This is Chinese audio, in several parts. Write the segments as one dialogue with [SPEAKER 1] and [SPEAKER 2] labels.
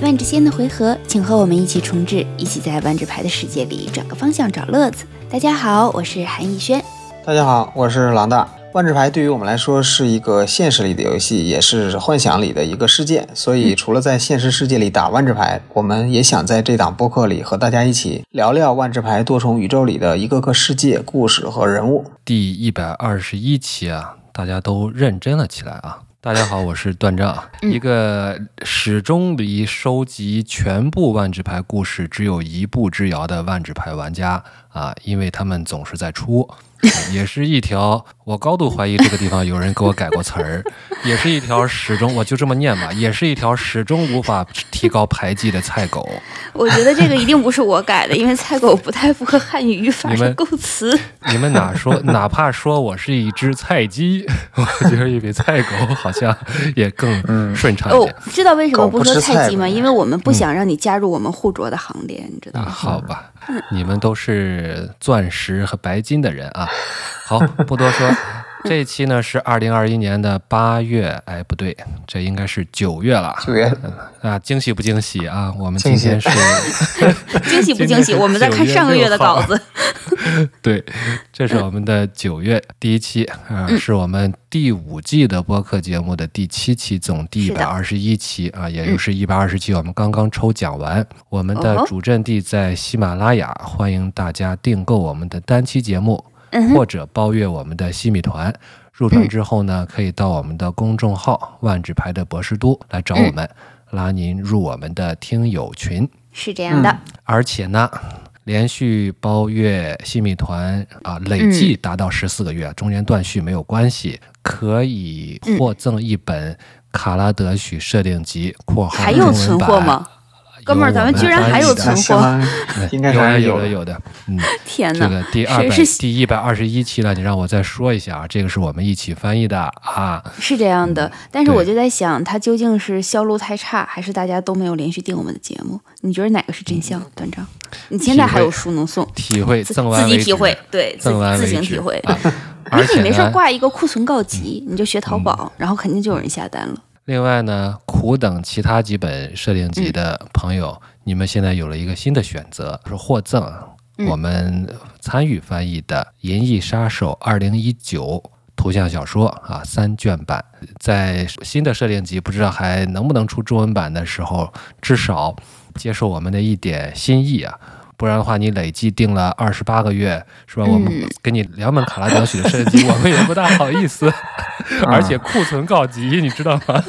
[SPEAKER 1] 万智仙的回合，请和我们一起重置，一起在万智牌的世界里转个方向找乐子。大家好，我是韩逸轩。
[SPEAKER 2] 大家好，我是狼大。万智牌对于我们来说是一个现实里的游戏，也是幻想里的一个世界。所以，除了在现实世界里打万智牌，我们也想在这档播客里和大家一起聊聊万智牌多重宇宙里的一个个世界、故事和人物。
[SPEAKER 3] 第一百二十一期啊，大家都认真了起来啊！大家好，我是段章啊，一个始终离收集全部万智牌故事只有一步之遥的万智牌玩家啊，因为他们总是在出。也是一条，我高度怀疑这个地方有人给我改过词儿， 也是一条始终我就这么念吧，也是一条始终无法提高牌技的菜狗。
[SPEAKER 1] 我觉得这个一定不是我改的，因为菜狗不太符合汉语语法
[SPEAKER 3] 你
[SPEAKER 1] 和
[SPEAKER 3] 们
[SPEAKER 1] 构词。
[SPEAKER 3] 你们哪说，哪怕说我是一只菜鸡， 我觉得也比菜狗好像也
[SPEAKER 2] 嗯
[SPEAKER 3] 更顺畅一
[SPEAKER 1] 哦
[SPEAKER 3] 点。，
[SPEAKER 1] 知道为什么
[SPEAKER 2] 狗不
[SPEAKER 1] 说
[SPEAKER 2] 吃
[SPEAKER 1] 菜
[SPEAKER 2] 菜
[SPEAKER 1] 鸡
[SPEAKER 2] 吧
[SPEAKER 1] 吗？因为我们不想让你加入我们互啄的行列，你知道
[SPEAKER 3] 啊，
[SPEAKER 1] 吗？
[SPEAKER 3] 好吧，
[SPEAKER 1] 嗯
[SPEAKER 3] 你们都是钻石和白金的人啊。好，不多说。这一期呢是二零二一年的八月，哎，不对，这应该是九月了。
[SPEAKER 2] 九 月
[SPEAKER 3] 啊，惊喜不惊喜啊？我们今
[SPEAKER 2] 惊喜
[SPEAKER 3] 天是，
[SPEAKER 1] 惊喜不惊
[SPEAKER 3] 今天
[SPEAKER 1] 喜？
[SPEAKER 3] 是
[SPEAKER 1] 我们在看
[SPEAKER 3] 9月
[SPEAKER 1] 上个月的
[SPEAKER 3] 6号
[SPEAKER 1] 稿子。
[SPEAKER 3] 对，这是我们的九月第一期啊，
[SPEAKER 1] 嗯
[SPEAKER 3] 是我们第五季的播客节目的第七期，总第一
[SPEAKER 1] 是的嗯
[SPEAKER 3] 百二十一期啊，也就是一百二十期，我们刚刚抽奖完，我们
[SPEAKER 1] 哦
[SPEAKER 3] 的
[SPEAKER 1] 吼
[SPEAKER 3] 主阵地在喜马拉雅，欢迎大家订购我们的单期节目，
[SPEAKER 1] 嗯 哼嗯
[SPEAKER 3] 或者包月我们的西米团。入团之后呢，可以到我们的公众号“万智牌的博士都”来找
[SPEAKER 1] 嗯
[SPEAKER 3] 我们，拉您入我们的听友群。
[SPEAKER 1] 是这样的，
[SPEAKER 3] 而且呢，连续包月新米团啊，累
[SPEAKER 1] 嗯
[SPEAKER 3] 计达到十四个月，中间断续没有关系，可以
[SPEAKER 1] 嗯
[SPEAKER 3] 获赠一本《卡拉德许设定集》（括号
[SPEAKER 1] 还有存货吗？？哥们儿，咱们居然还有存
[SPEAKER 2] 相
[SPEAKER 1] 货！
[SPEAKER 2] 当于 应该还
[SPEAKER 3] 有
[SPEAKER 2] 是
[SPEAKER 3] 有
[SPEAKER 2] 的。
[SPEAKER 3] 有的，嗯，
[SPEAKER 1] 天
[SPEAKER 3] 这
[SPEAKER 1] 哪，
[SPEAKER 3] 个第二
[SPEAKER 1] 谁
[SPEAKER 3] 百
[SPEAKER 1] 是
[SPEAKER 3] 第一百二十一期了，你让我再说一下啊，这个是我们一起翻译的啊，
[SPEAKER 1] 是这样的，但是我就
[SPEAKER 3] 对
[SPEAKER 1] 在想，它究竟是销路太差，还是大家都没有连续订我们的节目？你觉得哪个是真相，段章？你现在还有书能送，
[SPEAKER 3] 体会
[SPEAKER 1] 自
[SPEAKER 3] 赠
[SPEAKER 1] 自
[SPEAKER 3] 完
[SPEAKER 1] 己
[SPEAKER 3] 为止，
[SPEAKER 1] 体会，对，自
[SPEAKER 3] 赠完
[SPEAKER 1] 自
[SPEAKER 3] 为
[SPEAKER 1] 行
[SPEAKER 3] 止
[SPEAKER 1] 体会。，
[SPEAKER 3] 啊 而
[SPEAKER 1] 你可
[SPEAKER 3] 且
[SPEAKER 1] 以没事
[SPEAKER 3] 呢，嗯
[SPEAKER 1] 挂一个库存告急，你就学淘宝，然后肯定就有人下单了。
[SPEAKER 3] 另外呢，苦等其他几本设定集的朋友，你们现在有了一个新的选择，是获赠啊
[SPEAKER 1] 嗯
[SPEAKER 3] 我们参与翻译的《银翼杀手二零一九》图像小说啊三卷版，在新的设定集不知道还能不能出中文版的时候，至少接受我们的一点心意啊。不然的话，你累计定了二十八个月，是吧？我们
[SPEAKER 1] 嗯
[SPEAKER 3] 给你两本卡拉德许的设定 集，我们也不大好意思，而且库存告急，你知道吗？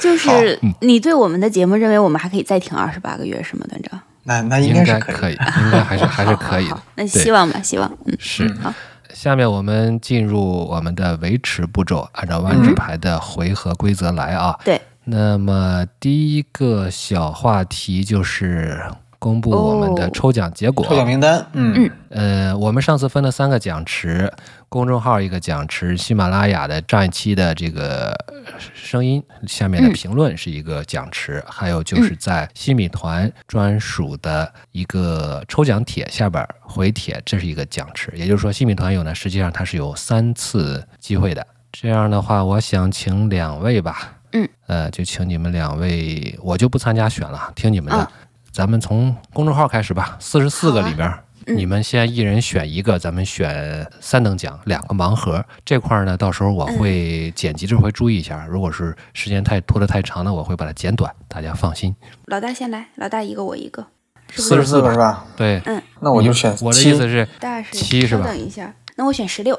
[SPEAKER 1] 就是
[SPEAKER 3] 嗯
[SPEAKER 1] 你对我们的节目认为我们还可以再停二十八个月是吗，段章？
[SPEAKER 2] 那那
[SPEAKER 3] 应
[SPEAKER 2] 应该是可以。
[SPEAKER 3] 可以，应该还是还是可以
[SPEAKER 1] 好好
[SPEAKER 3] 的
[SPEAKER 1] 好。那
[SPEAKER 3] 对
[SPEAKER 1] 希望吧，希望，嗯，
[SPEAKER 3] 是
[SPEAKER 1] 好。
[SPEAKER 3] 下面我们进入我们的维持步骤，按照万智牌的回合规则来啊。
[SPEAKER 1] 对，
[SPEAKER 3] 那么第一个小话题就是公布我们的
[SPEAKER 1] 哦
[SPEAKER 3] 抽奖结果。
[SPEAKER 2] 抽奖名单，嗯，
[SPEAKER 3] 呃，我们上次分了三个奖池，公众号一个奖池，喜马拉雅的上一期的这个呃声音下面的评论是一个奖池，还有就是在西米团专属的一个抽奖帖下边儿回帖，这是一个奖池。也就是说，西米团友呢，实际上它是有三次机会的。这样的话，我想请两位吧，
[SPEAKER 1] 嗯，
[SPEAKER 3] 呃，就请你们两位，我就不参加选了，听你们的。
[SPEAKER 1] 嗯
[SPEAKER 3] 咱们从公众号开始吧，四十四个
[SPEAKER 1] 好啊
[SPEAKER 3] 里边儿，你们先一人选一个，咱们选三等奖，两个盲盒这块儿呢，到时候
[SPEAKER 1] 嗯
[SPEAKER 3] 我会剪辑这回注意一下，如果是时间太拖得太长呢，我会把它剪短，大家放心。
[SPEAKER 1] 老大先来，老大一个我一个，是不
[SPEAKER 2] 四
[SPEAKER 1] 是
[SPEAKER 2] 十？四个是吧？
[SPEAKER 3] 对，
[SPEAKER 2] 那我就选
[SPEAKER 3] 我的
[SPEAKER 2] 七
[SPEAKER 3] 意思是
[SPEAKER 1] 大是
[SPEAKER 3] 七是
[SPEAKER 1] 稍
[SPEAKER 3] 吧
[SPEAKER 1] 等一下，那我选十六，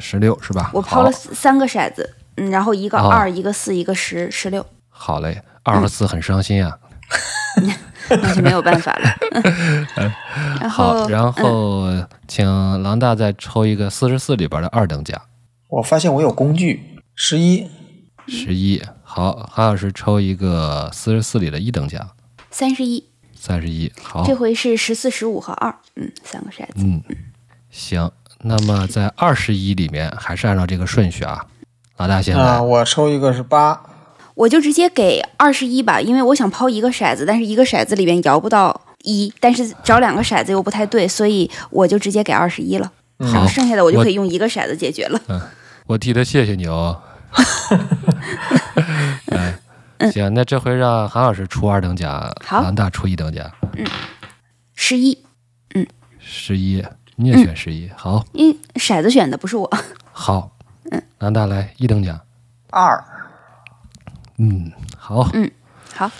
[SPEAKER 3] 十六是吧？
[SPEAKER 1] 我抛了
[SPEAKER 3] 好
[SPEAKER 1] 三个骰子，嗯，然后一个
[SPEAKER 3] 哦
[SPEAKER 1] 二，一个四，一个十，十六，
[SPEAKER 3] 好嘞，二和四很伤心啊。
[SPEAKER 1] 那就没有办法 了。嗯 然
[SPEAKER 3] 好，
[SPEAKER 1] 后，嗯
[SPEAKER 3] 然后请狼大再抽一个四十四里边的二等奖，
[SPEAKER 2] 我发现我有工具，十一，
[SPEAKER 3] 十一。好，韩老师抽一个四十四里的一等奖，
[SPEAKER 1] 三十一，
[SPEAKER 3] 三十一。好，
[SPEAKER 1] 这回是十四、十五和二，嗯，三个骰子。
[SPEAKER 3] 嗯，行，那么在二十一里面，还是按照这个顺序啊。老大先
[SPEAKER 2] 啊、
[SPEAKER 3] 来，
[SPEAKER 2] 我抽一个是八，
[SPEAKER 1] 我就直接给二十一吧，因为我想抛一个骰子，但是一个骰子里边摇不到一，但是找两个骰子又不太对，所以我就直接给二十一了。然后
[SPEAKER 3] 好
[SPEAKER 1] 剩下的我就
[SPEAKER 3] 我嗯
[SPEAKER 1] 可以用一个骰子解决了。
[SPEAKER 3] 我替他谢谢你哦。哎，
[SPEAKER 1] 嗯
[SPEAKER 3] 行，那这回让韩老师出二等奖，
[SPEAKER 1] 好
[SPEAKER 3] 兰大出一等奖，
[SPEAKER 1] 十一，
[SPEAKER 3] 十一，
[SPEAKER 1] 嗯
[SPEAKER 3] 你也选十一、好，
[SPEAKER 1] 因为骰子选的不是我，
[SPEAKER 3] 好，
[SPEAKER 1] 嗯
[SPEAKER 3] 兰大来一等奖，
[SPEAKER 2] 二
[SPEAKER 3] 嗯，好，
[SPEAKER 1] 好，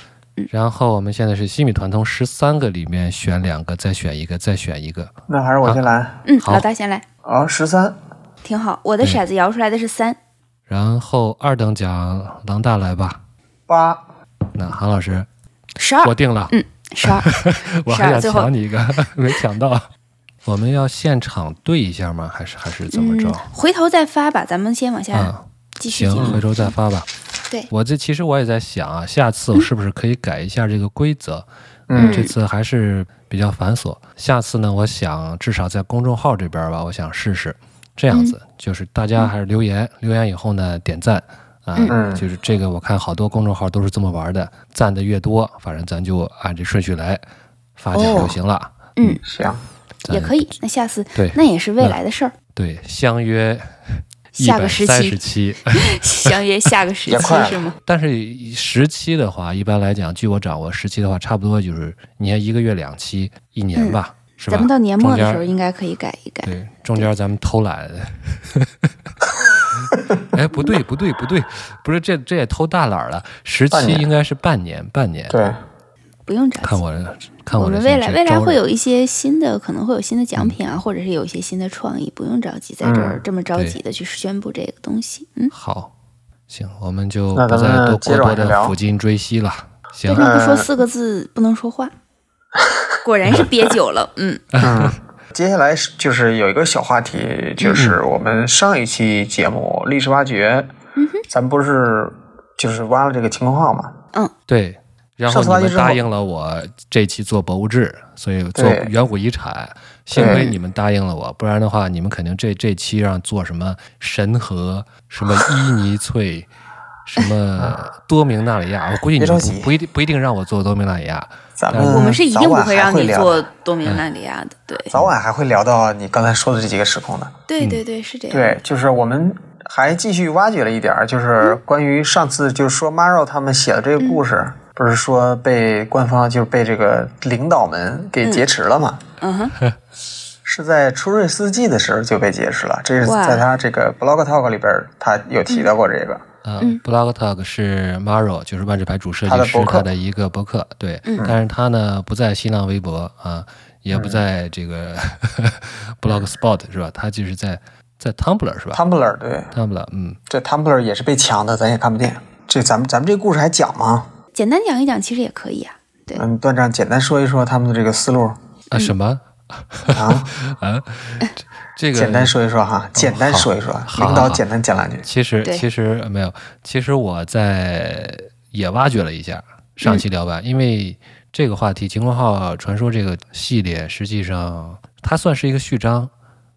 [SPEAKER 3] 然后我们现在是西米团通十三个里面选两个，再选一个，再选一个，
[SPEAKER 2] 那还是我先来
[SPEAKER 1] 嗯，
[SPEAKER 3] 好嗯
[SPEAKER 1] 老大先来，
[SPEAKER 2] 啊，十三
[SPEAKER 1] 挺好，我的骰子摇出来的是三，
[SPEAKER 3] 然后二等奖狼大来吧，
[SPEAKER 2] 八
[SPEAKER 3] 那韩老师
[SPEAKER 1] 十二
[SPEAKER 3] 我，定了，
[SPEAKER 1] 嗯，十二，
[SPEAKER 3] 我
[SPEAKER 1] 十
[SPEAKER 3] 还
[SPEAKER 1] 二，
[SPEAKER 3] 想
[SPEAKER 1] 啊最后
[SPEAKER 3] 抢你一个，没抢到。我们要现场对一下吗？还是还是 怎么着？
[SPEAKER 1] 嗯回头再发吧，咱们先往下
[SPEAKER 3] 啊，
[SPEAKER 1] 继续
[SPEAKER 3] 行
[SPEAKER 1] 讲。，
[SPEAKER 3] 回头再发吧。
[SPEAKER 1] 嗯对
[SPEAKER 3] 我这其实我也在想啊，下次我是不是可以改一下这个规则？
[SPEAKER 2] 嗯
[SPEAKER 3] 这次还是比较繁琐。下次呢，我想至少在公众号这边吧，我想试试这样
[SPEAKER 1] 嗯
[SPEAKER 3] 子，就是大家还是留言，留言以后呢点赞啊，
[SPEAKER 2] 嗯
[SPEAKER 3] 就是这个我看好多公众号都是这么玩的，赞的越多，反正咱就按这顺序来发奖就行了。
[SPEAKER 1] 嗯，
[SPEAKER 2] 行，
[SPEAKER 3] 咱
[SPEAKER 1] 也可以。那下次
[SPEAKER 3] 对
[SPEAKER 1] 那也是
[SPEAKER 3] 嗯
[SPEAKER 1] 未来的事儿，
[SPEAKER 3] 对，相约一
[SPEAKER 1] 下
[SPEAKER 3] 百
[SPEAKER 1] 个时
[SPEAKER 3] 三十
[SPEAKER 1] 期
[SPEAKER 3] 期。
[SPEAKER 1] 相约下个时
[SPEAKER 2] 也快
[SPEAKER 1] 期是
[SPEAKER 2] 了
[SPEAKER 1] 吗？
[SPEAKER 3] 但是十期的话，一般来讲，据我掌握，十期的话，差不多就是你看一个月两期，一年吧，是
[SPEAKER 1] 嗯
[SPEAKER 3] 吧？
[SPEAKER 1] 咱们到年末的时候
[SPEAKER 3] 中
[SPEAKER 1] 应该可以改一改。
[SPEAKER 3] 间，对，中间咱们偷懒。 哎，不对，不对，不对，不是这这也偷大懒儿了。十
[SPEAKER 2] 半
[SPEAKER 3] 期
[SPEAKER 2] 年
[SPEAKER 3] 应该是半年，半年。
[SPEAKER 2] 对，
[SPEAKER 1] 不用着急
[SPEAKER 3] 看。我，看啊我
[SPEAKER 1] 我
[SPEAKER 3] 这
[SPEAKER 1] 们未来
[SPEAKER 3] 这
[SPEAKER 1] 未来
[SPEAKER 3] 招
[SPEAKER 1] 会
[SPEAKER 3] 人
[SPEAKER 1] 有一些新的，可能会有新的
[SPEAKER 3] 嗯
[SPEAKER 1] 奖品啊，或者是有一些新的创意，不用着急，在这儿
[SPEAKER 2] 嗯
[SPEAKER 1] 这么着急的去宣布这个东西。嗯，
[SPEAKER 3] 好。行，我们就
[SPEAKER 2] 那
[SPEAKER 3] 不
[SPEAKER 2] 咱
[SPEAKER 3] 再
[SPEAKER 2] 们
[SPEAKER 3] 多
[SPEAKER 2] 接着
[SPEAKER 3] 过多
[SPEAKER 2] 往下
[SPEAKER 3] 的
[SPEAKER 2] 聊
[SPEAKER 3] 抚今追昔了。行
[SPEAKER 1] 对，，那不说
[SPEAKER 2] 呃
[SPEAKER 1] 四个字不能说 话，果然是憋久了。嗯，
[SPEAKER 2] 嗯，接下来是就是有一个小话题，就是我们上一期节目《历史挖掘》，咱不是就是挖了这个晴空号嘛？
[SPEAKER 3] 对，然
[SPEAKER 2] 上
[SPEAKER 3] 后
[SPEAKER 2] 次垃圾
[SPEAKER 3] 你们
[SPEAKER 2] 之后
[SPEAKER 3] 答应了我这期做博物志，所以做
[SPEAKER 2] 对
[SPEAKER 3] 远古遗产，幸亏你们答应了我，不然的话你们肯定这这期让做什么神河、什么伊 尼翠、什么多明纳里亚，我估计你们
[SPEAKER 2] 啊别着
[SPEAKER 3] 不
[SPEAKER 2] 急
[SPEAKER 3] 不一定不一定让我做多明纳里亚。
[SPEAKER 2] 咱们
[SPEAKER 1] 我们是一定
[SPEAKER 2] 嗯早
[SPEAKER 1] 不
[SPEAKER 2] 晚
[SPEAKER 1] 会
[SPEAKER 2] 还
[SPEAKER 1] 让你
[SPEAKER 2] 聊的
[SPEAKER 1] 做多
[SPEAKER 3] 嗯
[SPEAKER 1] 明纳里亚的。对，
[SPEAKER 2] 早晚还会聊到你刚才说的这几个时空的。
[SPEAKER 1] 对
[SPEAKER 3] 嗯
[SPEAKER 1] 对对，是这样。
[SPEAKER 2] 对，就是我们还继续挖掘了一点儿，就是
[SPEAKER 1] 嗯
[SPEAKER 2] 关于上次就是说 Maro 他们写的这个故事，不是说被官方就是被这个领导们给劫持了嘛？
[SPEAKER 1] 嗯哼，
[SPEAKER 2] 是在出瑞斯记的时候就被劫持了，这是
[SPEAKER 1] 哇嗯
[SPEAKER 2] 在他这个 Blog Talk 里边儿他有提到过这个。
[SPEAKER 3] 呃、，Blog Talk 是 Maro，就是万智牌主设
[SPEAKER 2] 他
[SPEAKER 3] 计
[SPEAKER 2] 的
[SPEAKER 3] 师
[SPEAKER 2] 博客
[SPEAKER 3] 他的一个博客，对，但是他呢不在新浪微博啊，也
[SPEAKER 2] 嗯
[SPEAKER 3] 不在这个、Blogspot 是吧？他就是在在 Tumblr 是吧？
[SPEAKER 2] Tumblr 对，
[SPEAKER 3] Tumblr，嗯，
[SPEAKER 2] 这 Tumblr 也是被抢的，咱也看不见。这咱们咱们这故事还讲吗？
[SPEAKER 1] 简单讲一讲，其实也可以啊。对，
[SPEAKER 2] 嗯，段长简单说一说他们的这个思路
[SPEAKER 3] 啊什么？
[SPEAKER 2] 嗯啊，
[SPEAKER 3] 啊，这这
[SPEAKER 2] 简单
[SPEAKER 3] 个
[SPEAKER 2] 说一说哈，简单说一说，
[SPEAKER 3] 好
[SPEAKER 2] 领导
[SPEAKER 3] 好
[SPEAKER 2] 简单讲两句。
[SPEAKER 3] 其实
[SPEAKER 1] 对
[SPEAKER 3] 其实没有，其实我在也挖掘了一下上
[SPEAKER 2] 嗯
[SPEAKER 3] 期聊完，因为这个话题《晴空号传说》这个系列，实际上它算是一个序章，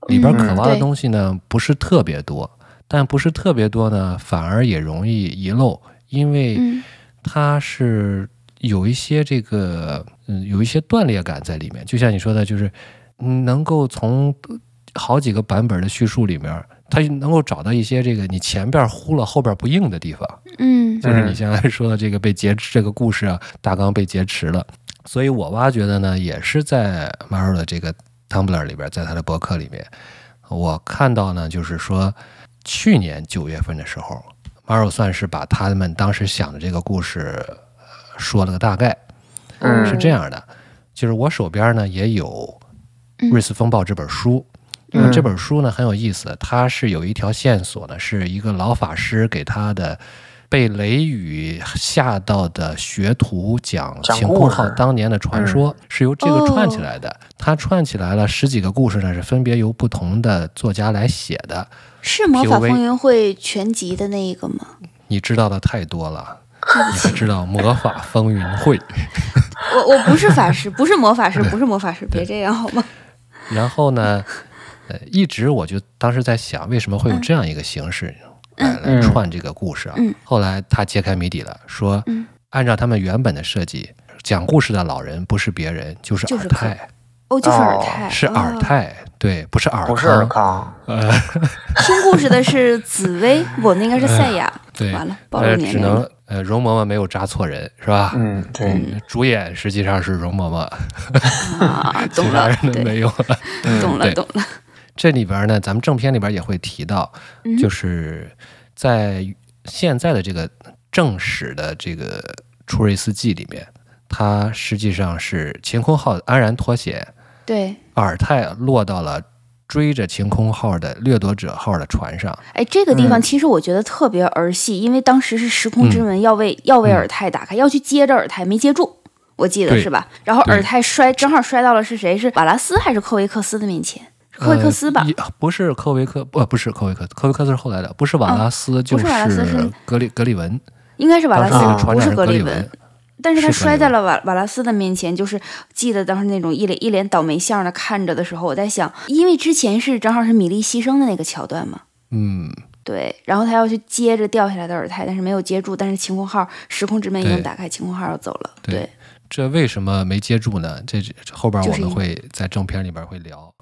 [SPEAKER 3] 里
[SPEAKER 2] 嗯
[SPEAKER 3] 边可挖的
[SPEAKER 1] 对
[SPEAKER 3] 东西呢不是特别多，但不是特别多呢，反而也容易遗漏，因为
[SPEAKER 1] 嗯
[SPEAKER 3] 它是有一些这个嗯有一些断裂感在里面，就像你说的，就是嗯能够从呃好几个版本的叙述里面，它能够找到一些这个你前边呼了后边不应的地方，
[SPEAKER 1] 嗯
[SPEAKER 3] 就是你现在说的这个被劫持这个故事啊，大纲被劫持了，所以我挖掘的呢也是在 Maro 的这个 Tumblr 里边，在他的博客里面，我看到呢就是说去年九月份的时候，Maro 算是把他们当时想的这个故事呃说了个大概，
[SPEAKER 2] 嗯
[SPEAKER 3] 是这样的，就是我手边呢也有
[SPEAKER 2] 嗯
[SPEAKER 3] 《瑞斯风暴》这本书。那么这本书呢很有意思，它是有一条线索呢，是一个老法师给他的被雷雨吓到的学徒讲
[SPEAKER 2] 讲
[SPEAKER 3] 晴
[SPEAKER 2] 故
[SPEAKER 3] 空号
[SPEAKER 2] 事嗯哦
[SPEAKER 3] 当年的传说，是由这个串起来的。它串起来了十几个故事呢，是分别由不同的作家来写的。
[SPEAKER 1] 是《魔法
[SPEAKER 3] POV
[SPEAKER 1] 风云会》全集的那一个吗？
[SPEAKER 3] 你知道的太多了，你还知道魔法风云会。
[SPEAKER 1] 我我不是法师，不是魔法师，不是魔法师，别这样好吗？
[SPEAKER 3] 然后呢，呃，一直我就当时在想，为什么会有这样一个形式来、来
[SPEAKER 2] 嗯
[SPEAKER 3] 串这个故事啊？
[SPEAKER 1] 嗯
[SPEAKER 3] 后来他揭开谜底了，说、按照他们原本的设计，讲故事的老人不是别人，就是
[SPEAKER 1] 就
[SPEAKER 3] 尔
[SPEAKER 1] 是
[SPEAKER 3] 泰。
[SPEAKER 1] 哦，就是尔泰，
[SPEAKER 3] 是尔
[SPEAKER 1] 哦。
[SPEAKER 3] 泰，对，不是尔
[SPEAKER 2] 不是尔
[SPEAKER 3] 康，
[SPEAKER 2] 康，
[SPEAKER 3] 呃，
[SPEAKER 1] 听故事的是紫 薇，不，那应该是赛亚。
[SPEAKER 3] 哎对，
[SPEAKER 1] 完了，暴露
[SPEAKER 3] 呃，
[SPEAKER 1] 年
[SPEAKER 3] 只
[SPEAKER 1] 龄
[SPEAKER 3] 能
[SPEAKER 1] 了。
[SPEAKER 3] 呃，容嬷嬷没有扎错人，是吧？
[SPEAKER 2] 嗯，对，
[SPEAKER 3] 嗯主演实际上是容嬷嬷，
[SPEAKER 1] 啊，
[SPEAKER 3] 其
[SPEAKER 1] 懂
[SPEAKER 3] 他
[SPEAKER 1] 了，
[SPEAKER 3] 人都
[SPEAKER 1] 对，
[SPEAKER 3] 没有。
[SPEAKER 2] 嗯
[SPEAKER 1] 懂了，
[SPEAKER 3] 对
[SPEAKER 1] 懂了。
[SPEAKER 3] 这里边呢，咱们正片里边也会提到，
[SPEAKER 1] 嗯
[SPEAKER 3] 就是在现在的这个正史的这个《出瑞斯记》里面，它实际上是晴空号安然脱险，
[SPEAKER 1] 对，
[SPEAKER 3] 尔泰落到了追着晴空号的掠夺者号的船上。
[SPEAKER 1] 哎，这个地方
[SPEAKER 2] 嗯
[SPEAKER 1] 其实我觉得特别儿戏，因为当时是时空之
[SPEAKER 3] 嗯
[SPEAKER 1] 门要为、要为尔泰打开，要去接着尔泰，没接住，我记得
[SPEAKER 3] 对
[SPEAKER 1] 是吧？然后
[SPEAKER 3] 对
[SPEAKER 1] 尔泰摔，正好摔到了是谁？是瓦拉斯还是科维克斯的面前？是科维克斯吧？
[SPEAKER 3] 呃也不是科维克，呃不不是科维克，科维克斯是后来的，不是瓦拉斯，就
[SPEAKER 1] 嗯不是瓦拉斯是
[SPEAKER 3] 格里格里文，
[SPEAKER 1] 应该是瓦
[SPEAKER 3] 当
[SPEAKER 1] 拉
[SPEAKER 3] 时
[SPEAKER 1] 斯，
[SPEAKER 3] 那个船
[SPEAKER 1] 不
[SPEAKER 3] 长
[SPEAKER 1] 是格
[SPEAKER 3] 里
[SPEAKER 1] 里
[SPEAKER 3] 文
[SPEAKER 1] 文。。但是他
[SPEAKER 3] 是格
[SPEAKER 1] 摔
[SPEAKER 3] 里
[SPEAKER 1] 在
[SPEAKER 3] 文
[SPEAKER 1] 了瓦瓦拉斯的面前，就是记得当时那种一脸一脸倒霉相的看着的时候，我在想，因为之前是正好是米莉牺牲的那个桥段嘛，
[SPEAKER 3] 嗯，
[SPEAKER 1] 对，然后他要去接着掉下来的尔泰，但是没有接住，但是晴空号时空之门已
[SPEAKER 3] 对
[SPEAKER 1] 经打开，晴空号要走了，
[SPEAKER 3] 对这为什么没接住呢？这这后边
[SPEAKER 1] 就
[SPEAKER 3] 我
[SPEAKER 1] 是
[SPEAKER 3] 们
[SPEAKER 1] 因
[SPEAKER 3] 会在正片里边会聊。